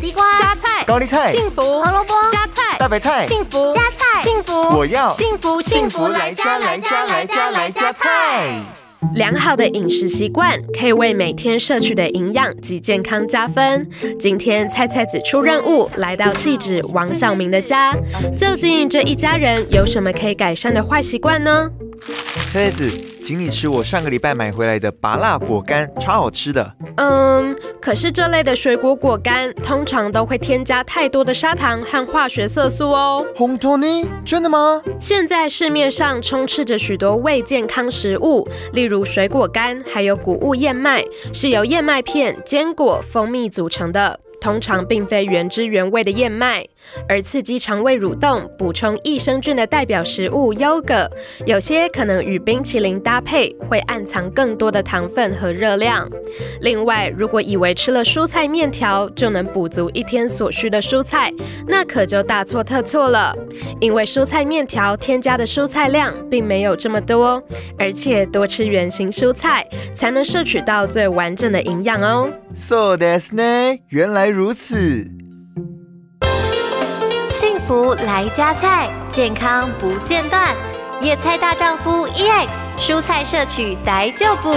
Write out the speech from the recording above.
地瓜、加菜、高丽菜、幸福、胡萝卜、加菜、大白菜、幸福、加菜幸福，我要幸福哦幸福来家来家来家来家菜。良好的饮食习惯可以为每天摄取的营养及健康加分。今天菜菜子出任务，来到戏子王小明的家，究竟这一家人有什么可以改善的坏习惯呢？菜菜子，请你吃我上个礼拜买回来的拔辣果干，超好吃的。嗯，可是这类的水果果干通常都会添加太多的砂糖和化学色素哦。红托尼，真的吗？现在市面上充斥着许多未健康食物，例如水果干，还有谷物燕麦，是由燕麦片、坚果、蜂蜜组成的。通常并非原汁原味的燕麦，而刺激肠胃蠕动、补充益生菌的代表食物优格，有些可能与冰淇淋搭配，会暗藏更多的糖分和热量。另外，如果以为吃了蔬菜面条就能补足一天所需的蔬菜，那可就大错特错了。因为蔬菜面条添加的蔬菜量并没有这么多，哦而且多吃圆形蔬菜才能摄取到最完整的营养哦。 So that's 呢，原来如此。幸福来加菜，健康 E 不间断。野菜大丈夫 EX，蔬菜摄取逮就补。